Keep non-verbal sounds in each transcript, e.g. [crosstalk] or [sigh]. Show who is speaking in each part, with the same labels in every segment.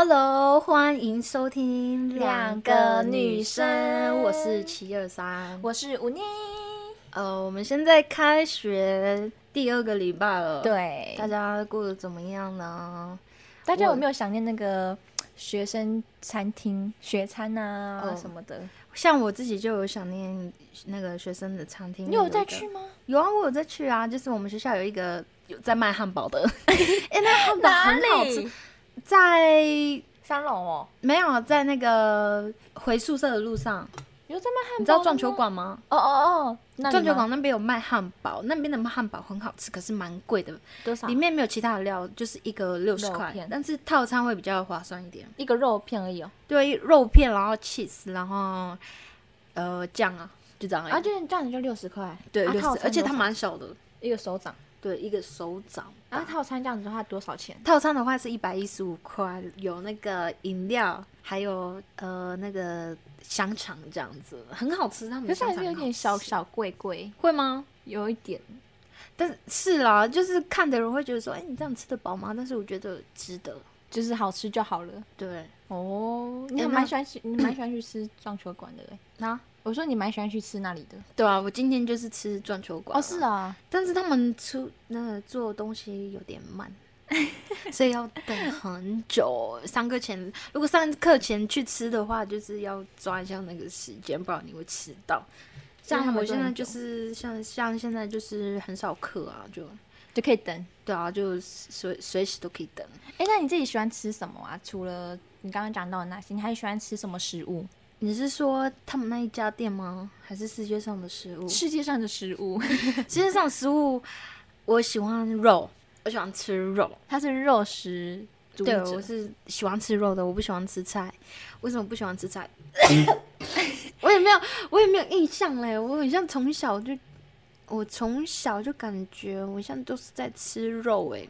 Speaker 1: Hello，欢迎收听
Speaker 2: 两个女生
Speaker 1: 我是七二三。
Speaker 2: 我是吴妮。
Speaker 1: 呃，我们现在开学第二个礼拜
Speaker 2: 呃
Speaker 1: 了，，
Speaker 2: 对
Speaker 1: 大，家过得怎么样呢？
Speaker 2: 大家
Speaker 1: 我
Speaker 2: 有没有想念那个学生餐厅学餐啊
Speaker 1: 哦
Speaker 2: 什么的？
Speaker 1: 像我自己就有想念那个学生的餐厅，
Speaker 2: 你有
Speaker 1: 一
Speaker 2: 再
Speaker 1: 个
Speaker 2: 去？吗？
Speaker 1: 有啊，我有在去啊，就是我们学校有一个有在卖汉堡的，
Speaker 2: [laughs]
Speaker 1: 哎、那汉堡很好吃，？在
Speaker 2: 三楼哦，
Speaker 1: 没有在那个回宿舍的路上，
Speaker 2: 有在卖汉堡？
Speaker 1: 你知道撞球？馆吗？
Speaker 2: 哦哦哦，那
Speaker 1: 撞球
Speaker 2: 馆
Speaker 1: 馆那边有卖汉堡，那边的汉堡很好吃，可是蛮贵的，
Speaker 2: 多少
Speaker 1: 里？面没有其他的料，就是一个六十
Speaker 2: 肉
Speaker 1: 块
Speaker 2: 片，
Speaker 1: 但是套餐会比较划算一点。
Speaker 2: 一个肉片而已哦。
Speaker 1: 对，肉片，然后 cheese，然后呃酱啊，就这样而已。
Speaker 2: 啊，就是这样子就六十块，
Speaker 1: 对，
Speaker 2: 啊
Speaker 1: 六十、
Speaker 2: 套餐
Speaker 1: 而且它
Speaker 2: 多少
Speaker 1: 蛮小的，
Speaker 2: 一个手掌。
Speaker 1: 对，一个手掌。
Speaker 2: 啊，套餐这样子的话多少钱？
Speaker 1: 套餐的话是一百一十五块，有那个饮料，还有呃那个香肠这样子，很好吃。他们
Speaker 2: 可
Speaker 1: 的
Speaker 2: 是
Speaker 1: 香
Speaker 2: 还
Speaker 1: 肠
Speaker 2: 是有
Speaker 1: 很好
Speaker 2: 点小
Speaker 1: 吃
Speaker 2: 小贵贵，
Speaker 1: 会吗？
Speaker 2: 有一点。
Speaker 1: 但是是啦，就是看的人会觉得说，哎、你这样吃得饱吗？但是我觉得值得。
Speaker 2: 就是好吃就好了
Speaker 1: 对，
Speaker 2: 哦。你
Speaker 1: 哎
Speaker 2: 还
Speaker 1: 那
Speaker 2: 蛮喜欢去，你蛮喜欢去吃撞球馆的哎。
Speaker 1: 那、
Speaker 2: 我说你蛮喜欢去吃那里的
Speaker 1: 对啊，我今天就是吃撞球馆
Speaker 2: 哦，是
Speaker 1: 啊，
Speaker 2: 啊，
Speaker 1: 但是他们出那个做东西有点慢，
Speaker 2: [laughs]
Speaker 1: 所以要等很久。上课前，如果上课前去吃的话，就是要抓一下那个时间，不然你会迟到。
Speaker 2: 因为他
Speaker 1: 像
Speaker 2: 们
Speaker 1: 我
Speaker 2: 做
Speaker 1: 现在
Speaker 2: 很
Speaker 1: 就
Speaker 2: 久
Speaker 1: 是像像现在就是很少课啊，就
Speaker 2: 就可以等。
Speaker 1: 对啊，就随随时都可以等。
Speaker 2: 哎，那你自己喜欢吃什么啊？除了你刚刚讲到的那些，你还喜欢吃什么食物？
Speaker 1: 你是说他们那一家店吗？还是世界上的食物？
Speaker 2: 世界上的食物，
Speaker 1: 世界上食物，我喜欢肉，我喜欢吃肉。
Speaker 2: [laughs] 它是肉食主义
Speaker 1: 对，
Speaker 2: 者
Speaker 1: 我是喜欢吃肉的，我不喜欢吃菜。为什么不喜欢吃菜？嗯 [laughs] 我也没有，我也没有印象嘞。我很像从小就，我从小就感觉我像都是在吃肉 [laughs] 哎。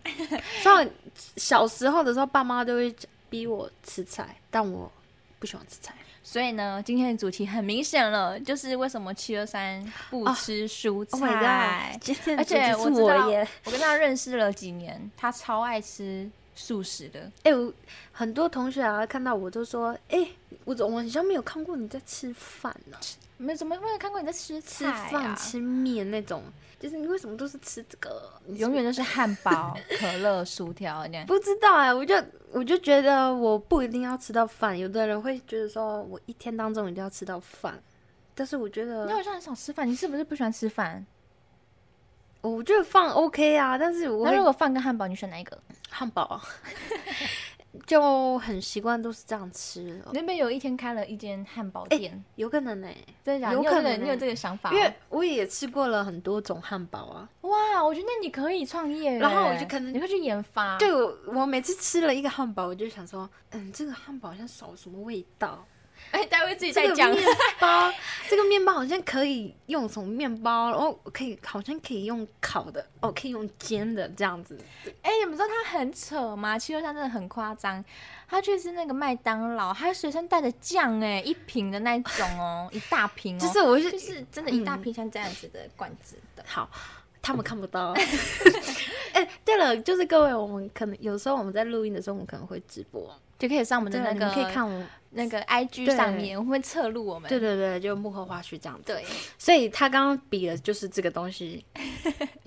Speaker 1: 虽然小时候的时候，爸妈都会逼我吃菜，但我不喜欢吃菜。
Speaker 2: 所以呢，今天的主题很明显了，就是为什么七二三不
Speaker 1: 哦
Speaker 2: 吃蔬
Speaker 1: Oh my
Speaker 2: 菜。
Speaker 1: god！今天的
Speaker 2: 而且
Speaker 1: 主题
Speaker 2: 我
Speaker 1: 是
Speaker 2: 知道
Speaker 1: 我耶，
Speaker 2: 我跟他认识了几年，他超爱吃素食的。
Speaker 1: 哎、我很多同学啊看到我都说，哎、我怎么好像没有看过你在吃饭呢、
Speaker 2: 没怎么没有看过你在吃
Speaker 1: 吃
Speaker 2: 菜、啊、
Speaker 1: 饭、吃面那种，就是你为什么都是吃这个？你是
Speaker 2: 永远都是汉堡、可乐、薯条那样。
Speaker 1: 不知道哎、我就我就觉得我不一定要吃到饭，有的人会觉得说我一天当中一定要吃到饭，但是我觉
Speaker 2: 你
Speaker 1: 得
Speaker 2: 好像很少吃饭，你是不是不喜欢吃饭？
Speaker 1: 我觉得饭 OK 啊，但是我
Speaker 2: 那如
Speaker 1: 会
Speaker 2: 果饭跟汉堡，你选哪一个？
Speaker 1: 汉堡啊 [laughs] 就很习惯都是这样吃了，
Speaker 2: 那边有一天开了一间汉堡店，
Speaker 1: 有可能哎、
Speaker 2: 真的假的？
Speaker 1: 有
Speaker 2: 你有
Speaker 1: 可
Speaker 2: 这
Speaker 1: 能
Speaker 2: 个
Speaker 1: 欸
Speaker 2: 你有这个想法哦？
Speaker 1: 因为我也吃过了很多种汉堡啊，
Speaker 2: 哇，我觉得你可以创业，欸
Speaker 1: 然后我就可能
Speaker 2: 你会去研发，
Speaker 1: 对，我我每次吃了一个汉堡，我就想说，嗯，这个汉堡好像少什么味道，
Speaker 2: [laughs] 哎，待会自己
Speaker 1: 这
Speaker 2: 再
Speaker 1: 个
Speaker 2: 讲。
Speaker 1: 面
Speaker 2: [laughs]
Speaker 1: 包，这个面包好像可以用什么面包？然后可以好像可以用烤的，哦，可以用煎的这样子。
Speaker 2: 哎、你们知道他很扯吗？七六三真的很夸张，他去吃那个麦当劳，他随身带着酱，哎，一瓶的那一种 [laughs] 哦，一大瓶哦，
Speaker 1: 就是我
Speaker 2: 就是嗯是真的一大瓶像这样子的罐子的。
Speaker 1: 好，他们看不到。啊
Speaker 2: [laughs]
Speaker 1: 哎、对了，就是各位，我们可能有时候我们在录音的时候，我们可能会直播，
Speaker 2: 就可以上我们
Speaker 1: 对
Speaker 2: 的
Speaker 1: 啊，
Speaker 2: 那
Speaker 1: 你们
Speaker 2: 个，
Speaker 1: 可以看我。
Speaker 2: 那个 IG
Speaker 1: 对
Speaker 2: 上面，我们会侧录我们。
Speaker 1: 对对对，就幕后花絮这样子。
Speaker 2: 对，
Speaker 1: 所以他刚刚比的就是这个东
Speaker 2: [laughs]
Speaker 1: 西，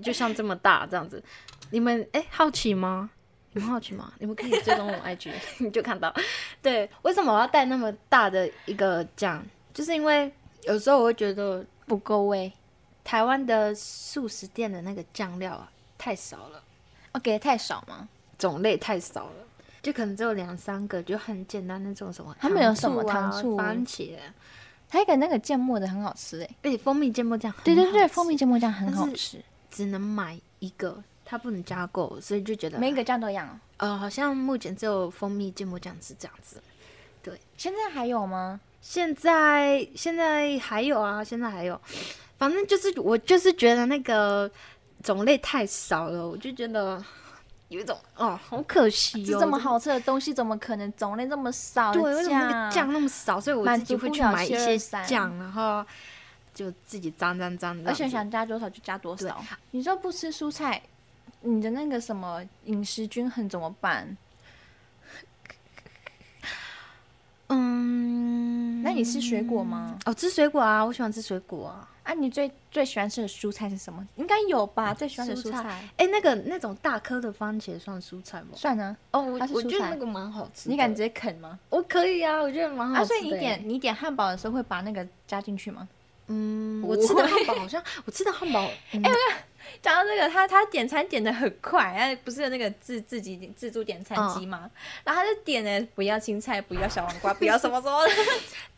Speaker 1: 就像这么大这样子。你们哎、好奇吗？你们好奇吗？你们可以追踪我
Speaker 2: [laughs]
Speaker 1: IG，你就看到。对，为什么我要带那么大的一个酱？就是因为有时候我会觉得
Speaker 2: 不够味，
Speaker 1: 台湾的素食店的那个酱料啊太少了，
Speaker 2: 哦，给的太少吗？
Speaker 1: 种类太少了。就可能只有两三个，就很简单那种什么、啊，
Speaker 2: 他们有什么糖醋
Speaker 1: 番茄，
Speaker 2: 它给那个芥末的很好吃哎，
Speaker 1: 而且蜂蜜芥末酱很好吃。
Speaker 2: 对对对，蜂蜜芥末酱很
Speaker 1: 但
Speaker 2: 好
Speaker 1: 是
Speaker 2: 吃，
Speaker 1: 只能买一个，它不能加购，所以就觉得
Speaker 2: 每一个酱都一样哦。
Speaker 1: 呃，好像目前只有蜂蜜芥末酱是这样子。
Speaker 2: 现在还有吗？
Speaker 1: 现在现在还有啊，现在还有，反正就是我就是觉得那个种类太少了，我就觉得有一种哦，好可惜
Speaker 2: 啊这
Speaker 1: 哦，
Speaker 2: 这么好吃的东西，怎么可能种类这么少
Speaker 1: 对，
Speaker 2: 的
Speaker 1: 为什么那个酱？那么少？所以我
Speaker 2: 满
Speaker 1: 自己
Speaker 2: 足
Speaker 1: 会
Speaker 2: 不
Speaker 1: 去
Speaker 2: 了
Speaker 1: 买一些
Speaker 2: 723
Speaker 1: 酱，然后就自己沾沾沾这
Speaker 2: 而
Speaker 1: 样子，
Speaker 2: 且想加多少就加多少。你说不吃蔬菜，你的那个什么饮食均衡怎么办？你吃水果吗？
Speaker 1: 嗯哦，吃水果啊，我喜欢吃水果啊。
Speaker 2: 啊，你最最喜欢吃的蔬菜是什么？应该有吧？最喜欢的蔬
Speaker 1: 蔬
Speaker 2: 菜
Speaker 1: 哎、那个那种大颗的番茄算蔬菜吗？
Speaker 2: 算啊，
Speaker 1: 哦，我
Speaker 2: 它是
Speaker 1: 我
Speaker 2: 蔬
Speaker 1: 觉得
Speaker 2: 菜
Speaker 1: 那个蛮好吃的。
Speaker 2: 你敢直接啃吗？
Speaker 1: 我可以啊，我觉得蛮好吃的、欸
Speaker 2: 啊，所以你，点你点汉堡的时候会把那个加进去吗？
Speaker 1: 嗯，
Speaker 2: 不
Speaker 1: 我吃的
Speaker 2: 会
Speaker 1: 汉堡好像，我吃的汉堡，嗯
Speaker 2: 讲到这个，他他点餐点的很快，他不是有那个自自己自助点餐机
Speaker 1: 嗯
Speaker 2: 吗？然后他就点了不要青菜，不要小黄瓜，不要什么
Speaker 1: [laughs]
Speaker 2: 什么的，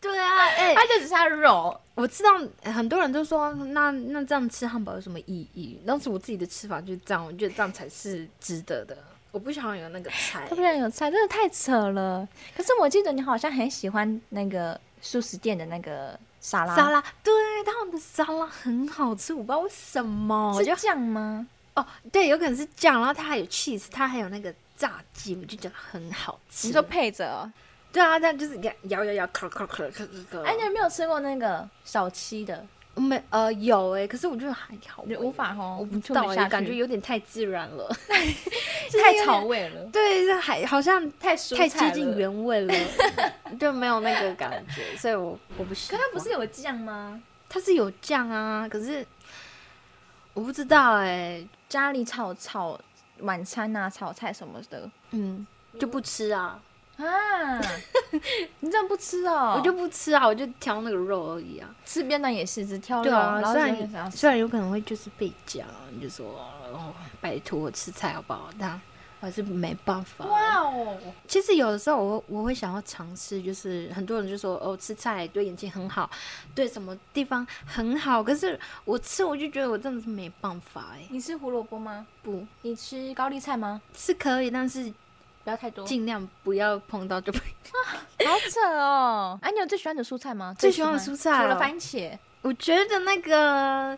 Speaker 1: 对啊，哎、
Speaker 2: 他就只是他肉。
Speaker 1: 我知道很多人都说，那那这样吃汉堡有什么意义？当时我自己的吃法就是这样，我觉得这样才是值得的。我不想有那个菜
Speaker 2: 他，不然有菜，真的太扯了。可是我记得你好像很喜欢那个素食店的那个沙拉，
Speaker 1: 沙拉，对，他们的沙拉很好吃，我不知道为什么，我
Speaker 2: 是
Speaker 1: 就
Speaker 2: 酱吗？
Speaker 1: 哦，对，有可能是酱，然后它还有 cheese，它还有那个炸鸡，我就觉得很好吃。
Speaker 2: 你说配着、哦？
Speaker 1: 对啊，这样就是摇摇摇，咔咔咔咔咔咔。
Speaker 2: 哎、你有没有吃过那个小七的？
Speaker 1: 我没呃有哎、可是我觉得还好
Speaker 2: 你
Speaker 1: 欸，
Speaker 2: 无法吼
Speaker 1: 我不
Speaker 2: 你
Speaker 1: 知
Speaker 2: 吞不
Speaker 1: 道哎、
Speaker 2: 下
Speaker 1: 感觉
Speaker 2: 去
Speaker 1: 有点太自然了，
Speaker 2: 太草味了，
Speaker 1: 对，这还好像
Speaker 2: 太蔬
Speaker 1: 太
Speaker 2: 菜
Speaker 1: 接近
Speaker 2: 了。
Speaker 1: 原味 [laughs] 了，就没有那个感觉，所以我我不喜
Speaker 2: 可
Speaker 1: 欢。
Speaker 2: 它不是有酱吗？
Speaker 1: 它是有酱啊，可是我不知道哎、
Speaker 2: 家里炒炒晚餐啊，炒菜什么的
Speaker 1: 嗯，就不吃啊，
Speaker 2: 啊，你这样不吃哦？ [laughs]
Speaker 1: 我就不吃啊，我就挑那个肉而已啊。
Speaker 2: 吃便当也是只挑肉，
Speaker 1: 对啊
Speaker 2: 然，后
Speaker 1: 虽
Speaker 2: 就想要
Speaker 1: 然
Speaker 2: 吃
Speaker 1: 虽然有可能会就是被讲，你就说哦，拜托吃菜好不好？但我还是没办法。
Speaker 2: 哇哦，
Speaker 1: 其实有的时候我我会想要尝试，就是很多人就说哦，吃菜对眼睛很好，对什么地方很好，可是我吃我就觉得我真的是没办法哎、
Speaker 2: 你吃胡萝卜吗？
Speaker 1: 不
Speaker 2: 你吃高丽菜吗？
Speaker 1: 是可以，但是
Speaker 2: 不要太多。
Speaker 1: 尽量不要碰到就不。
Speaker 2: 好扯哦！哎、你有最喜欢的蔬菜吗？
Speaker 1: 最喜欢的蔬菜哦
Speaker 2: 除了番茄，
Speaker 1: [laughs] 我觉得那个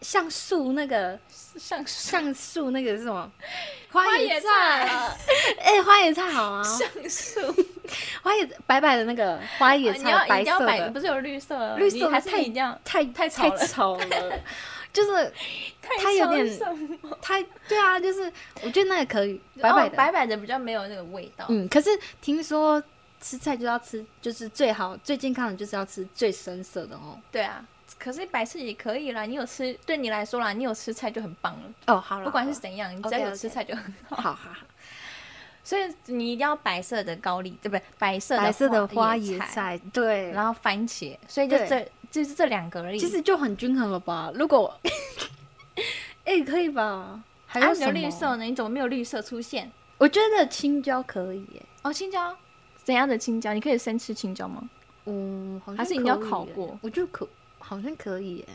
Speaker 1: 像素那个
Speaker 2: 像像
Speaker 1: 像素那个是什么？花
Speaker 2: 野
Speaker 1: 野菜，哎、花野菜好啊， [laughs]
Speaker 2: 像素。
Speaker 1: 花野白白的那个花野
Speaker 2: 哦呃你
Speaker 1: 菜，
Speaker 2: 要
Speaker 1: 白
Speaker 2: 一定要
Speaker 1: 色
Speaker 2: 白，
Speaker 1: 的，
Speaker 2: 不是有绿色的，
Speaker 1: 绿色的
Speaker 2: 你还是
Speaker 1: 太
Speaker 2: 你一定要
Speaker 1: 太
Speaker 2: 太
Speaker 1: 太
Speaker 2: 吵了
Speaker 1: 吵
Speaker 2: [laughs]
Speaker 1: 了，就是
Speaker 2: 太
Speaker 1: 它有
Speaker 2: 超
Speaker 1: 点
Speaker 2: 什么
Speaker 1: 它对啊，就是我觉得那个可以白白
Speaker 2: 哦
Speaker 1: 的，
Speaker 2: 白哦白的比较没有那个味道。
Speaker 1: 嗯，可是听说吃菜就要吃，就是最好最健康的就是要吃最深色的哦。
Speaker 2: 对啊，可是白色也可以啦。你有吃，对你来说啦，你有吃菜就很棒了。
Speaker 1: 哦，好了，
Speaker 2: 不管是
Speaker 1: 好
Speaker 2: 怎样，你只
Speaker 1: OK，
Speaker 2: 要有
Speaker 1: OK
Speaker 2: 吃菜就很好。
Speaker 1: 啦好好好，
Speaker 2: 所以你一定要白色的高丽，对不对？白色
Speaker 1: 白色的花
Speaker 2: 野
Speaker 1: 椰，菜，对，
Speaker 2: 然后番茄，所以就
Speaker 1: 对
Speaker 2: 这就是这两个而已。
Speaker 1: 其实就很均衡了吧？如果， [laughs] 哎、可以吧？还
Speaker 2: 啊，
Speaker 1: 有
Speaker 2: 你
Speaker 1: 什
Speaker 2: 有
Speaker 1: 么？
Speaker 2: 绿色呢？你怎么没有绿色出现？
Speaker 1: 我觉得青椒可以耶，
Speaker 2: 哦，青椒，怎样的青椒？你可以生吃青椒吗？
Speaker 1: 嗯，好像
Speaker 2: 还是你
Speaker 1: 可
Speaker 2: 要
Speaker 1: 以
Speaker 2: 烤
Speaker 1: 耶
Speaker 2: 过
Speaker 1: 我觉得可好像可以耶。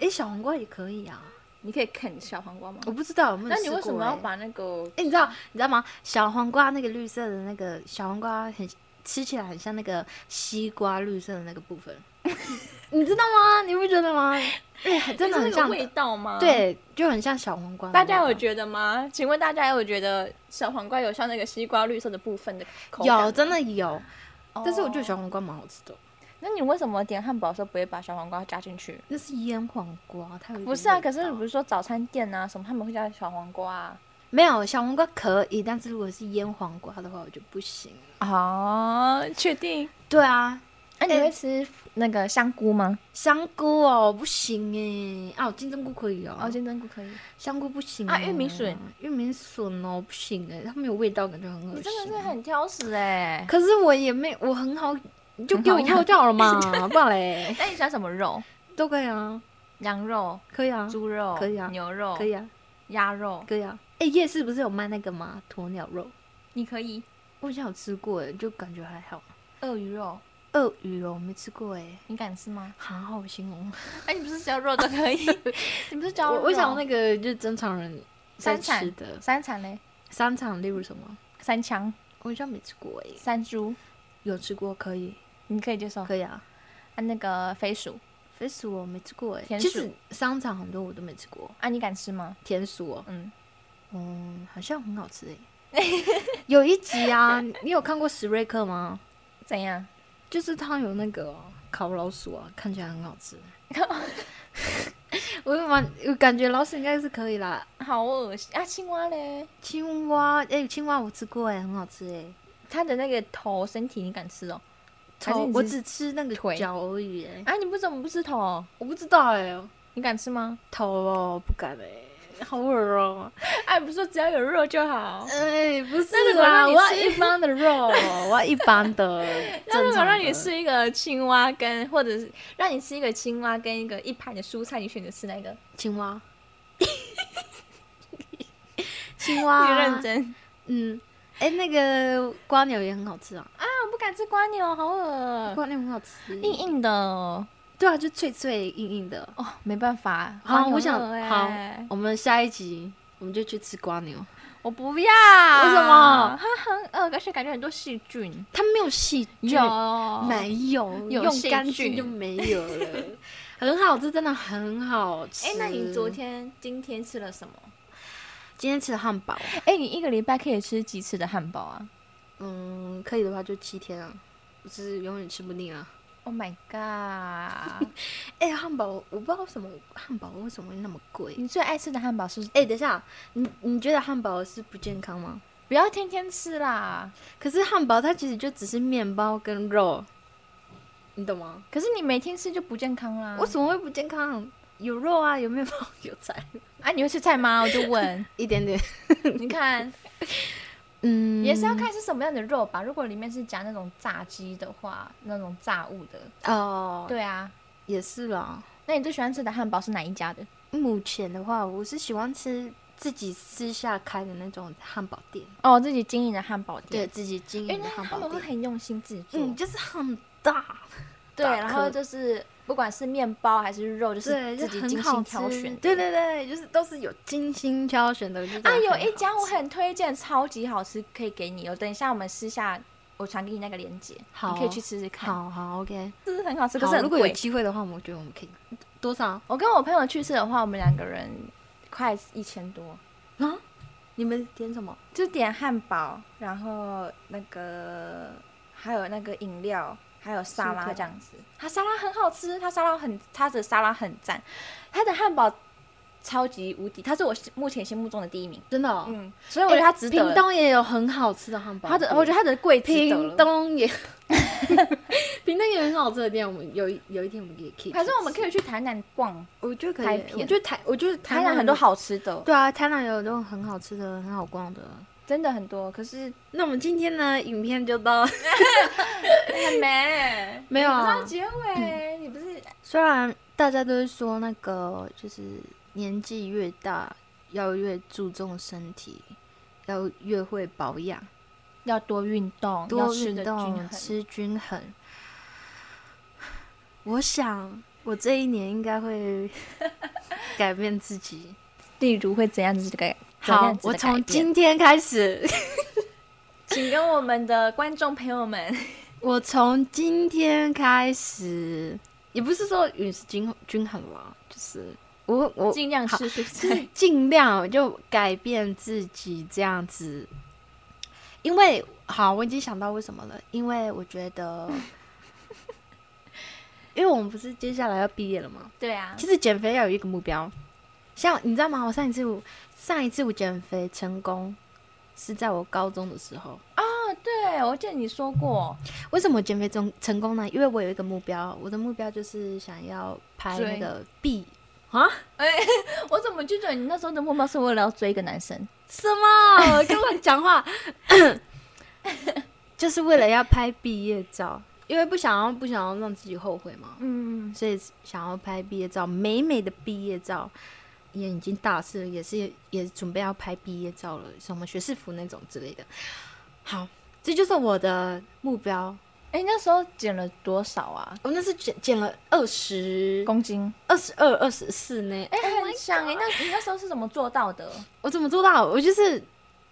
Speaker 1: 哎、小黄瓜也可以啊，
Speaker 2: 你可以啃小黄瓜吗？
Speaker 1: 我不知道有没有
Speaker 2: 那你
Speaker 1: 试
Speaker 2: 为什
Speaker 1: 过
Speaker 2: 么要
Speaker 1: 耶
Speaker 2: 把那个
Speaker 1: 哎、你知道你知道吗？小黄瓜那个绿色的那个小黄瓜很吃起来很像那个西瓜绿色的那个部 [laughs] 分，你知道吗？你不觉得吗？哎、真的
Speaker 2: 就
Speaker 1: 很
Speaker 2: 是那个
Speaker 1: 像，
Speaker 2: 味道吗？。
Speaker 1: 对，就很像小黄瓜的
Speaker 2: 大
Speaker 1: 味道。
Speaker 2: 家有觉得吗？请问大家有觉得小黄瓜有像那个西瓜绿色的部分的口感吗
Speaker 1: 有真的有，
Speaker 2: 哦
Speaker 1: 但是我觉得小黄瓜蛮好吃的。
Speaker 2: 那你为什么点汉堡的时候不会把小黄瓜加进去？
Speaker 1: 那是腌黄瓜，它有一
Speaker 2: 不
Speaker 1: 点
Speaker 2: 是啊，
Speaker 1: 味
Speaker 2: 可是
Speaker 1: 道
Speaker 2: 比如说早餐店啊什么，他们会加小黄瓜啊。
Speaker 1: 没有小黄瓜可以，但是如果是腌黄瓜的话，我就不行了。
Speaker 2: 哦，确定？
Speaker 1: 对啊，
Speaker 2: 那你
Speaker 1: 哎
Speaker 2: 会吃那个香菇吗？
Speaker 1: 香菇哦不行哎，啊，我金针菇可以哦，
Speaker 2: 哦，金针菇可以。
Speaker 1: 香菇不行
Speaker 2: 啊
Speaker 1: 哦
Speaker 2: 玉米笋，
Speaker 1: 玉米笋哦不行哎，它没有味道，感觉很恶心。
Speaker 2: 你真的是很挑食哎、
Speaker 1: 可是我也没，我很好，你就
Speaker 2: 很
Speaker 1: 给
Speaker 2: [laughs] 好
Speaker 1: 我
Speaker 2: 养
Speaker 1: 扣掉了嘛，不然
Speaker 2: [laughs]
Speaker 1: 嘞，
Speaker 2: 那你喜欢什么肉？
Speaker 1: 都可以啊，
Speaker 2: 羊肉、
Speaker 1: 可以啊，
Speaker 2: 猪哦肉、
Speaker 1: 可以啊
Speaker 2: 牛肉、
Speaker 1: 可以啊，
Speaker 2: 鸭肉，
Speaker 1: 可以啊。哎，夜市不是有卖那个吗？鸵鸟肉，
Speaker 2: 你可以
Speaker 1: 我好像有吃过哎，就感觉还好。
Speaker 2: 鳄鱼肉，
Speaker 1: 鳄鱼哦，我没吃过哎，
Speaker 2: 你敢
Speaker 1: [laughs]
Speaker 2: 吃吗？
Speaker 1: 好好形容。
Speaker 2: 哎、你不是只要肉都可以？ [laughs] 你不是只要
Speaker 1: 我
Speaker 2: 肉？
Speaker 1: 我想那个就是正常人在
Speaker 2: 三产
Speaker 1: 吃的
Speaker 2: 三产嘞，
Speaker 1: 三场，例如什么，
Speaker 2: 三枪、
Speaker 1: 我好像没吃过哎，
Speaker 2: 三猪，
Speaker 1: 有吃过可以，
Speaker 2: 你可以接受。
Speaker 1: 可以啊。
Speaker 2: 啊，那个飞鼠
Speaker 1: 飞鼠我没吃过哎、
Speaker 2: 田
Speaker 1: 其
Speaker 2: 鼠
Speaker 1: 实商场很多我都没吃过。
Speaker 2: 啊，你敢吃吗？
Speaker 1: 田鼠哦，
Speaker 2: 嗯，
Speaker 1: 嗯，好像很好吃哎、 [laughs] 有一集啊， [laughs] 你有看过史瑞克吗？
Speaker 2: 怎样？
Speaker 1: 就是它有那个哦烤老鼠啊，看起来很好吃。 [laughs] 我有蛮，我感觉老鼠应该是可以啦。
Speaker 2: 好恶心啊！青蛙嘞，
Speaker 1: 青蛙，哎、青蛙我吃过哎、很好吃哎、
Speaker 2: 它的那个头、身体你敢吃哦？还是
Speaker 1: 头
Speaker 2: 你，
Speaker 1: 我
Speaker 2: 是
Speaker 1: 只吃那个
Speaker 2: 腿
Speaker 1: 脚而已、欸。
Speaker 2: 啊，你不怎么不吃头？
Speaker 1: 我不知道哎、
Speaker 2: 你敢吃吗？
Speaker 1: 头哦，不敢哎、好恶哦、
Speaker 2: 哎，不是说只要有肉就好。
Speaker 1: 哎、不是
Speaker 2: 那如果
Speaker 1: 啦，我
Speaker 2: 让你
Speaker 1: 要
Speaker 2: 吃
Speaker 1: 一般的肉，啊我要一般的 [laughs]
Speaker 2: 那
Speaker 1: 正
Speaker 2: 如果
Speaker 1: 常
Speaker 2: 让你
Speaker 1: 的
Speaker 2: 吃一个青蛙跟，或者是让你吃一个青蛙跟一个一盘的蔬菜，你选择吃哪一个？
Speaker 1: 青蛙，青蛙、啊
Speaker 2: 你认。真
Speaker 1: 嗯，哎、那个瓜牛也很好吃啊，
Speaker 2: 啊！我不敢吃瓜牛，好恶
Speaker 1: 瓜牛很好吃，
Speaker 2: 硬硬的哦，
Speaker 1: 对啊，就脆脆硬硬的。
Speaker 2: 哦没办法。
Speaker 1: 好
Speaker 2: 瓜牛
Speaker 1: 我想哎
Speaker 2: 很恶欸
Speaker 1: 好我们下一集我们就去吃瓜牛，
Speaker 2: 我不要。
Speaker 1: 为
Speaker 2: 为
Speaker 1: 什么
Speaker 2: 它很恶，而且感觉很多细菌。
Speaker 1: 它没有细菌，没哦有，
Speaker 2: 有
Speaker 1: 用
Speaker 2: 细
Speaker 1: 干净
Speaker 2: 菌
Speaker 1: 就没有 [laughs] 了，很好吃，真的很好吃。
Speaker 2: 哎、那你昨天、今天吃了什么？
Speaker 1: 今天吃的汉堡，
Speaker 2: 哎、你一个礼拜可以吃几次的汉堡啊
Speaker 1: 嗯，可以的话就七天啊，我是永远吃不腻啊。
Speaker 2: ？Oh my god！
Speaker 1: 哎、汉堡我不知道为什么汉堡为什么会那么贵。
Speaker 2: [laughs] 你最爱吃的汉堡是？
Speaker 1: 嗯哎、等一下，你你觉得汉堡是不健康吗？
Speaker 2: 不要天天吃啦。
Speaker 1: 可是汉堡它其实就只是面包跟肉，你懂吗？
Speaker 2: 可是你每天吃就不健康啦。
Speaker 1: 为什么会不健康？有肉啊，有面包，有菜，
Speaker 2: 啊，你会吃菜吗？我就问，
Speaker 1: 一点点。
Speaker 2: 你 [laughs] 看
Speaker 1: 嗯
Speaker 2: 也是要看是什么样的肉吧。如果里面是夹那种炸鸡的话，那种炸物的，
Speaker 1: 哦，
Speaker 2: 对啊。
Speaker 1: 也是啦。
Speaker 2: 那你最喜欢吃的汉堡是哪一家的？
Speaker 1: 目前的话，我是喜欢吃自己私下开的那种汉堡店，
Speaker 2: 哦，自己经营的汉堡
Speaker 1: 对
Speaker 2: 店，
Speaker 1: 自己经
Speaker 2: 因为
Speaker 1: 营的
Speaker 2: 那
Speaker 1: 汉
Speaker 2: 他
Speaker 1: 堡
Speaker 2: 们会
Speaker 1: 店，
Speaker 2: 很用心制作，
Speaker 1: 嗯，就是很大，
Speaker 2: 对，
Speaker 1: 大
Speaker 2: 然
Speaker 1: 颗
Speaker 2: 后就是不管是面包还是肉，就是
Speaker 1: 对，
Speaker 2: 自
Speaker 1: 就
Speaker 2: 己
Speaker 1: 很
Speaker 2: 精
Speaker 1: 好
Speaker 2: 心
Speaker 1: 吃
Speaker 2: 挑选的。
Speaker 1: 对对对，就是都是有精心挑选哎的。我就觉得
Speaker 2: 啊，有
Speaker 1: 很
Speaker 2: 一家
Speaker 1: 好
Speaker 2: 我
Speaker 1: 吃
Speaker 2: 很推荐，超级好吃，可以给你哦。等一下我们私下我传给你那个链接，
Speaker 1: 好
Speaker 2: 你可以去吃吃看，
Speaker 1: 好好 OK，
Speaker 2: 是不是很好吃？
Speaker 1: 这
Speaker 2: 可
Speaker 1: 个
Speaker 2: 是
Speaker 1: 是
Speaker 2: 很
Speaker 1: 如果有
Speaker 2: 贵
Speaker 1: 机会的话，我觉得我们可以多少啊？
Speaker 2: 我跟我朋友去吃的话，我们两个人快一千多，
Speaker 1: 啊你们点什么？
Speaker 2: 就点汉堡，然后那个还有那个饮料，还有沙
Speaker 1: 薯
Speaker 2: 拉
Speaker 1: 条
Speaker 2: 这样子。它沙拉很好吃，它沙拉很，它的沙拉很赞，它的汉堡超级无敌，它是我心目前心目中的第一名。
Speaker 1: 真的、哦，哎
Speaker 2: 嗯，所以我觉得它值得。
Speaker 1: 屏东也有很好吃的汉堡
Speaker 2: 它
Speaker 1: 店，
Speaker 2: 的我觉得它的贵值得了
Speaker 1: 屏东 [laughs] 也，屏东也有很好吃的店，我们有一有一天我们也可以。
Speaker 2: 还是我们可以去台南逛，
Speaker 1: 我觉得可
Speaker 2: 拍
Speaker 1: 以，我
Speaker 2: 片
Speaker 1: 觉得台，我觉得
Speaker 2: 台南很多，好吃的，
Speaker 1: 对啊，台南有很多很好吃的，很好逛的。
Speaker 2: 真的很多。可是
Speaker 1: 那我们今天呢，影片就 [laughs] 到
Speaker 2: 还没嗯
Speaker 1: 没有
Speaker 2: 不到
Speaker 1: 啊？
Speaker 2: 结尾，你不是
Speaker 1: 虽然大家都是说那个，就是年纪越大要越注重身体，要越会保养，
Speaker 2: 要多运动，要
Speaker 1: 多
Speaker 2: 吃
Speaker 1: 运
Speaker 2: 的均
Speaker 1: 动，
Speaker 2: 衡
Speaker 1: 吃均衡。我想，我这一年应该会改变自己。
Speaker 2: 例如会怎样子的改？
Speaker 1: [laughs]
Speaker 2: 怎
Speaker 1: 好
Speaker 2: 样，子
Speaker 1: 我
Speaker 2: 的改
Speaker 1: 从
Speaker 2: 变 [laughs]
Speaker 1: 今天开始，
Speaker 2: 请跟我们的观众朋友们，
Speaker 1: 我从今天开始，也不是说饮食均均衡了，就是我我
Speaker 2: 尽量吃蔬菜。 [laughs]
Speaker 1: 尽量就改变自己这样子，因为好，我已经想到为什么了，因为我觉得，因为我们不是接下来要毕业了吗？
Speaker 2: 对啊，
Speaker 1: 其实减肥要有一个目标，像你知道吗？我上一次我上一次我减肥成功是在我高中的时候。
Speaker 2: 哦，对，我记得你说过，
Speaker 1: 为什么减肥成成功呢？因为我有一个目标，我的目标就是想要拍那
Speaker 2: 追
Speaker 1: 个 B
Speaker 2: 我怎么记得你那时候的目标是为了要追一个男生？
Speaker 1: 什么？跟我讲话，就是为了要拍毕业照，因为不想要不想要让自己后悔嘛，
Speaker 2: 嗯，
Speaker 1: 所以想要拍毕业照，美美的毕业照。也已经大四了，也是也准备要拍毕业照了，什么学士服那种之类的。好，这就是我的目标。
Speaker 2: 哎，那时候减了多少啊？
Speaker 1: 我、那是减减了二十、
Speaker 2: 公斤？
Speaker 1: 二十二、二十四呢。
Speaker 2: 哎，很像哎，那你那时候是怎么做到的？
Speaker 1: 我怎么做到？我就是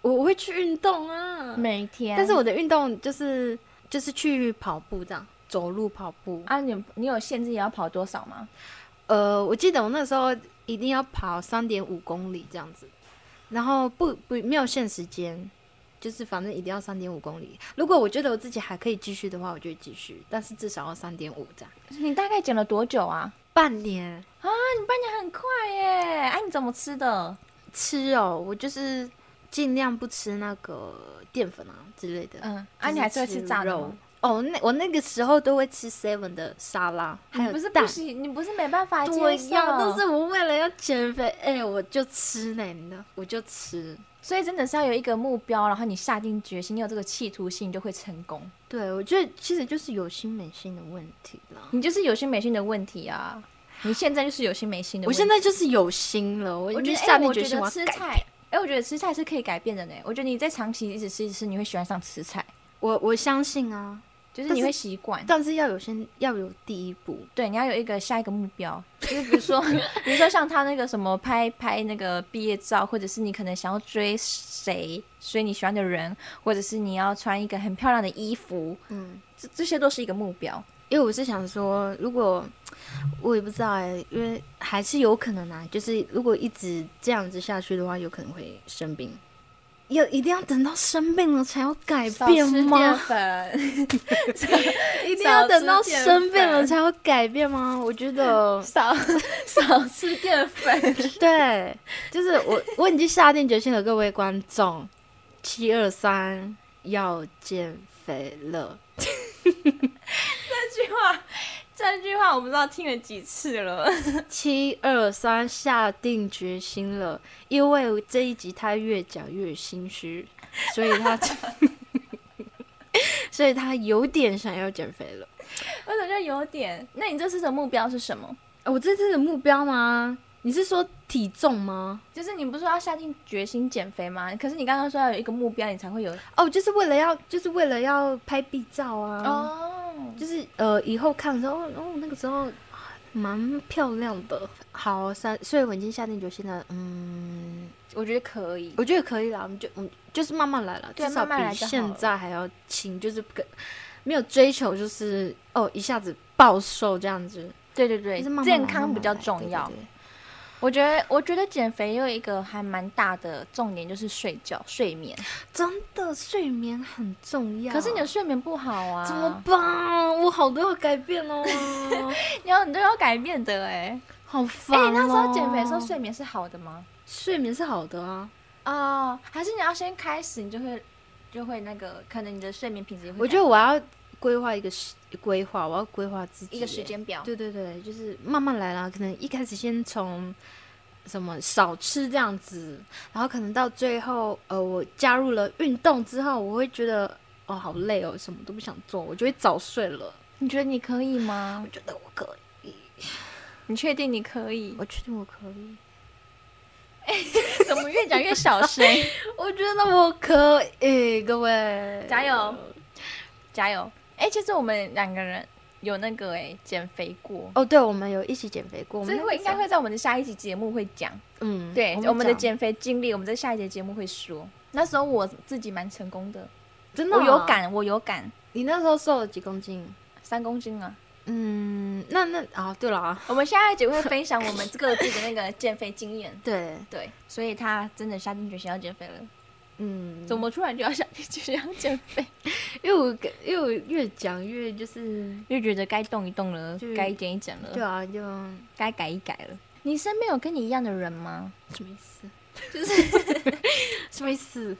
Speaker 1: 我我会去运动啊，
Speaker 2: [laughs] 每天
Speaker 1: 但是我的运动就是就是去跑步这样，走路跑步。
Speaker 2: 啊，你你有限制也要跑多少吗？
Speaker 1: 呃，我记得我那时候一定要跑三点五公里这样子，然后不不没有限时间，就是反正一定要三点五公里。如果我觉得我自己还可以继续的话，我就继续，但是至少要三点五这样。
Speaker 2: 你大概减了多久啊？
Speaker 1: 半年
Speaker 2: 那很快耶！哎，你怎么吃的？
Speaker 1: 吃哦，我就是尽量不吃那个淀粉啊之类的。
Speaker 2: 嗯，
Speaker 1: 就
Speaker 2: 啊，
Speaker 1: 是
Speaker 2: 你还是会吃炸的
Speaker 1: 肉
Speaker 2: 吗？
Speaker 1: 哦，那我那个时候都会吃 seven 的沙拉，还
Speaker 2: 你
Speaker 1: 有
Speaker 2: 不是
Speaker 1: 蛋
Speaker 2: 不。行，你不是没办法接
Speaker 1: 对
Speaker 2: 受，
Speaker 1: 呀，但是我为了要减肥，哎、我就吃呢，你知道，我就吃。
Speaker 2: 所以真的是要有一个目标，然后你下定决心，你有这个企图心，你就会成功。
Speaker 1: 对，我觉得其实就是有心没心的问题啦。
Speaker 2: 你就是有心没心的问题啊！你现在就是有心没心的
Speaker 1: 我
Speaker 2: 问题。
Speaker 1: 现在就是有心了，我
Speaker 2: 我
Speaker 1: 已
Speaker 2: 觉
Speaker 1: 经
Speaker 2: 得
Speaker 1: 下
Speaker 2: 哎，
Speaker 1: 定
Speaker 2: 我
Speaker 1: 决
Speaker 2: 觉
Speaker 1: 心
Speaker 2: 得
Speaker 1: 我
Speaker 2: 吃
Speaker 1: 要改。
Speaker 2: 菜，哎，我觉得吃菜是可以改变的呢。我觉得你在长期一直吃一直吃，你会喜欢上吃菜，
Speaker 1: 我我相信啊，
Speaker 2: 就是
Speaker 1: 但
Speaker 2: 你
Speaker 1: 是
Speaker 2: 会习惯。
Speaker 1: 但是要有先要有第一步。
Speaker 2: 对，你要有一个下一个目标，就是比如 [laughs] 说，比如说像他那个什么拍拍那个毕业照，或者是你可能想要追谁，追你喜欢的人，或者是你要穿一个很漂亮的衣服，
Speaker 1: 嗯，
Speaker 2: 这这些都是一个目标。
Speaker 1: 因为我是想说，如果我也不知道哎、因为还是有可能啊，就是如果一直这样子下去的话，有可能会生病。要一定要等到生病了才要改
Speaker 2: 少
Speaker 1: 哎变
Speaker 2: 吃淀
Speaker 1: 吗？
Speaker 2: 粉，
Speaker 1: [laughs] 一定要等到
Speaker 2: 少吃淀
Speaker 1: 生病了
Speaker 2: 粉
Speaker 1: 才要改变吗？我觉
Speaker 2: [laughs]
Speaker 1: 得 [laughs]
Speaker 2: 少少吃淀粉。
Speaker 1: 对，就是我我已经下定决心了，各位观众，七二三要减肥了。
Speaker 2: 这句话，这句话我不知道听了几次了。 [laughs]
Speaker 1: 七二三下定决心了，因为这一集他越讲越心虚， [laughs] 所以他，所以他有点想要减肥了。
Speaker 2: 我怎么就有点？那你这次的目标是什么？
Speaker 1: 呃我这次的目标吗？你是说体重吗？
Speaker 2: 就是你不是说要下定决心减肥吗？可是你刚刚说要有一个目标，你才会有
Speaker 1: 哦，就是为了要，就是为了要拍 B 照啊。
Speaker 2: 哦
Speaker 1: 就是呃，以后看的时候，哦，哦那个时候啊蛮漂亮的。好，三，所以我已经下定决心了。嗯，
Speaker 2: 我觉得可以。
Speaker 1: 我觉得可以啦，我们就嗯，就是慢慢来了，
Speaker 2: 对啊
Speaker 1: 至少比
Speaker 2: 慢慢来就好
Speaker 1: 现在还要轻，就是不可没有追求，就是哦一下子暴瘦这样子，
Speaker 2: 对对
Speaker 1: 就
Speaker 2: 对
Speaker 1: 是慢慢来
Speaker 2: 健康比较重要。
Speaker 1: 慢慢来对对对
Speaker 2: 我觉得，我觉得减肥有一个还蛮大的重点就是睡觉、睡眠。
Speaker 1: 真的睡眠很重要。
Speaker 2: 可是你的睡眠不好啊，
Speaker 1: 怎么办？我好多要改变
Speaker 2: [laughs]
Speaker 1: 哦，
Speaker 2: 你要你都要改变的哎、
Speaker 1: 好
Speaker 2: 哎、
Speaker 1: 烦、哦。
Speaker 2: 你那时候减肥的时候睡眠是好的吗？
Speaker 1: 睡眠是好的啊。
Speaker 2: 哦，还是你要先开始，你就会就会那个，可能你的睡眠品质也会改。
Speaker 1: 我觉得我要规划一个时规划，我要规划自己
Speaker 2: 一个
Speaker 1: 耶
Speaker 2: 时。间表，
Speaker 1: 对对对，就是慢慢来啦。可能一开始先从什么少吃这样子，然后可能到最后，呃，我加入了运动之后，我会觉得哦好累哦，什么都不想做，我就会早睡了。
Speaker 2: 你觉得你可以吗
Speaker 1: 我？觉得我可以，
Speaker 2: 你确定你可以？
Speaker 1: 我确定我可以，
Speaker 2: 怎么越讲越小声？
Speaker 1: 我觉得我可以，各位
Speaker 2: 加油！ [laughs] 加油！哎、其实我们两个人有那个哎、减肥过，
Speaker 1: 哦，对，我们有一起减肥过，我
Speaker 2: 所
Speaker 1: 们
Speaker 2: 以
Speaker 1: 那
Speaker 2: 会
Speaker 1: 个
Speaker 2: 应该
Speaker 1: 时候
Speaker 2: 会在我们的下一集节目会讲，
Speaker 1: 嗯，
Speaker 2: 对我们的
Speaker 1: 讲
Speaker 2: 减肥经历，我们在下一节节目会说。那时候我自己蛮成功的，
Speaker 1: 真的
Speaker 2: 我有
Speaker 1: 啊。
Speaker 2: 感，我有感，
Speaker 1: 你那时候瘦了几公斤？
Speaker 2: 三公斤啊。
Speaker 1: 嗯，那那
Speaker 2: 哦
Speaker 1: 啊，对了啊，
Speaker 2: 我们下一集会分享我们各自的那个减肥经验。
Speaker 1: 对，
Speaker 2: 对，所以他真的下定决心要减肥了。
Speaker 1: 嗯，
Speaker 2: 怎么突然就要下定决心要减肥？
Speaker 1: [laughs] 因为我跟因为我越讲越就是，
Speaker 2: 又觉得该动一动了
Speaker 1: 就是，
Speaker 2: 该减一减
Speaker 1: 对
Speaker 2: 了，
Speaker 1: 啊，就
Speaker 2: 该改一改了。你身边有跟你一样的人吗？
Speaker 1: 什么意 [laughs] 思？
Speaker 2: 就是
Speaker 1: 什么意思？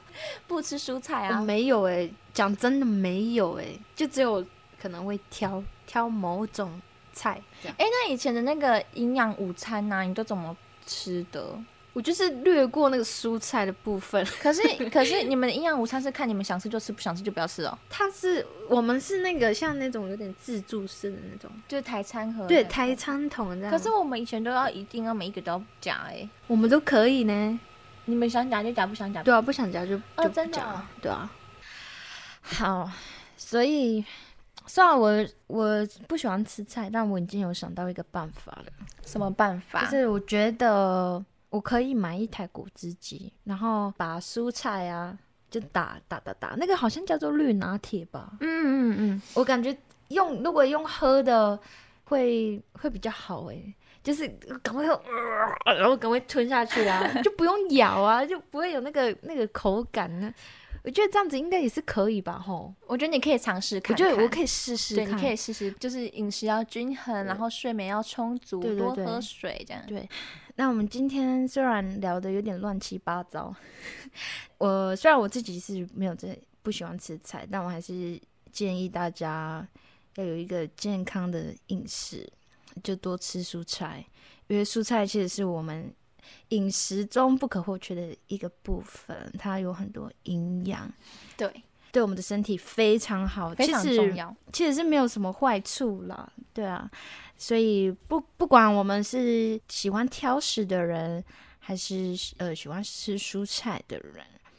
Speaker 2: 不吃蔬菜
Speaker 1: 我
Speaker 2: 啊？
Speaker 1: 没有哎、讲真的没有哎、就只有可能会挑挑某种菜这样。
Speaker 2: 哎、那以前的那个营养午餐啊呐、你都怎么吃的？
Speaker 1: 我就是略过那个蔬菜的部分， [laughs]
Speaker 2: 可是可是你们的营养午餐是看你们想吃就吃，不想吃就不要吃哦，
Speaker 1: 它是我们是那个像那种有点自助式的那种，
Speaker 2: 就是台餐和
Speaker 1: 对，啊台。餐桶这样。
Speaker 2: 可是我们以前都要一定要每一个都要夹哎、
Speaker 1: 我们都可以呢，
Speaker 2: 你们想夹就夹，不想夹
Speaker 1: 对啊，不想夹就就
Speaker 2: 哦
Speaker 1: 不
Speaker 2: 真的
Speaker 1: 夹
Speaker 2: 哦
Speaker 1: 对啊。好，所以虽然我我不喜欢吃菜，但我已经有想到一个办法了，
Speaker 2: 什么办法？
Speaker 1: 就是我觉得我可以买一台果汁机，然后把蔬菜啊就打打打打，那个好像叫做绿拿铁吧，
Speaker 2: 嗯嗯嗯，
Speaker 1: 我感觉用如果用喝的会会比较好诶、就是赶快喝，呃然后赶快吞下去
Speaker 2: [laughs]
Speaker 1: 啊，就不用咬啊，就不会有那个那个口感呢。我觉得这样子应该也是可以吧，吼。
Speaker 2: 我觉得你可以尝试
Speaker 1: 我
Speaker 2: 看
Speaker 1: 觉
Speaker 2: 看。
Speaker 1: 得我可以试试
Speaker 2: 对，
Speaker 1: 看，
Speaker 2: 你可以试试，就是饮食要均衡，然后睡眠要充足，
Speaker 1: 对对对
Speaker 2: 多喝水这样。
Speaker 1: 对，那我们今天虽然聊的有点乱七八 [laughs] 糟，我虽然我自己是没有这不喜欢吃菜，但我还是建议大家要有一个健康的饮食，就多吃蔬菜，因为蔬菜其实是我们饮食中不可或缺的一个部分，它有很多营养，
Speaker 2: 对，
Speaker 1: 对我们的身体非常好，
Speaker 2: 非常
Speaker 1: 其实
Speaker 2: 重要。
Speaker 1: 其实是没有什么坏处啦，对啊，所以不不管我们是喜欢挑食的人，还是呃喜欢吃蔬菜的人，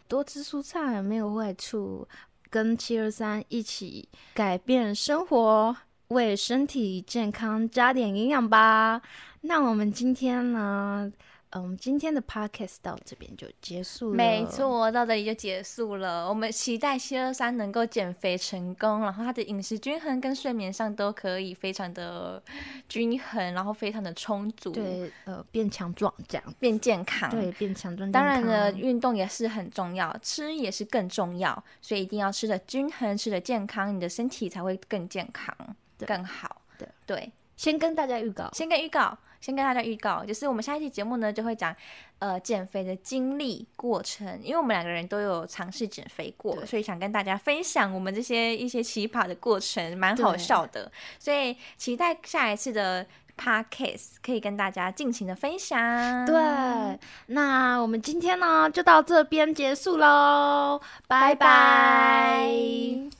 Speaker 1: 多吃蔬菜没有坏处，跟七二三一起改变生活，为身体健康加点营养吧。那我们今天呢，嗯、我们今天的 podcast 到这边就结束了，
Speaker 2: 没错，到这里就结束了。我们期待七二三能够减肥成功，然后他的饮食均衡跟睡眠上都可以非常的均衡，然后非常的充足，，
Speaker 1: 对，呃，变强壮这样，
Speaker 2: 变健康。
Speaker 1: 对，变强壮健康。
Speaker 2: 当然了，运动也是很重要，吃也是更重要，所以一定要吃的均衡，吃的健康，你的身体才会更健康、
Speaker 1: 对
Speaker 2: 更好。
Speaker 1: 对
Speaker 2: 对，
Speaker 1: 先跟大家预告，
Speaker 2: 先跟预告，先跟大家预告，就是我们下一期节目呢就会讲，呃，减肥的经历过程，因为我们两个人都有尝试减肥过，
Speaker 1: 对
Speaker 2: 所以想跟大家分享我们这些一些奇葩的过程，蛮好
Speaker 1: 对
Speaker 2: 笑的，所以期待下一次的 podcast 可以跟大家尽情的分享。
Speaker 1: 对，那我们今天呢就到这边结束喽，拜拜。
Speaker 2: 拜拜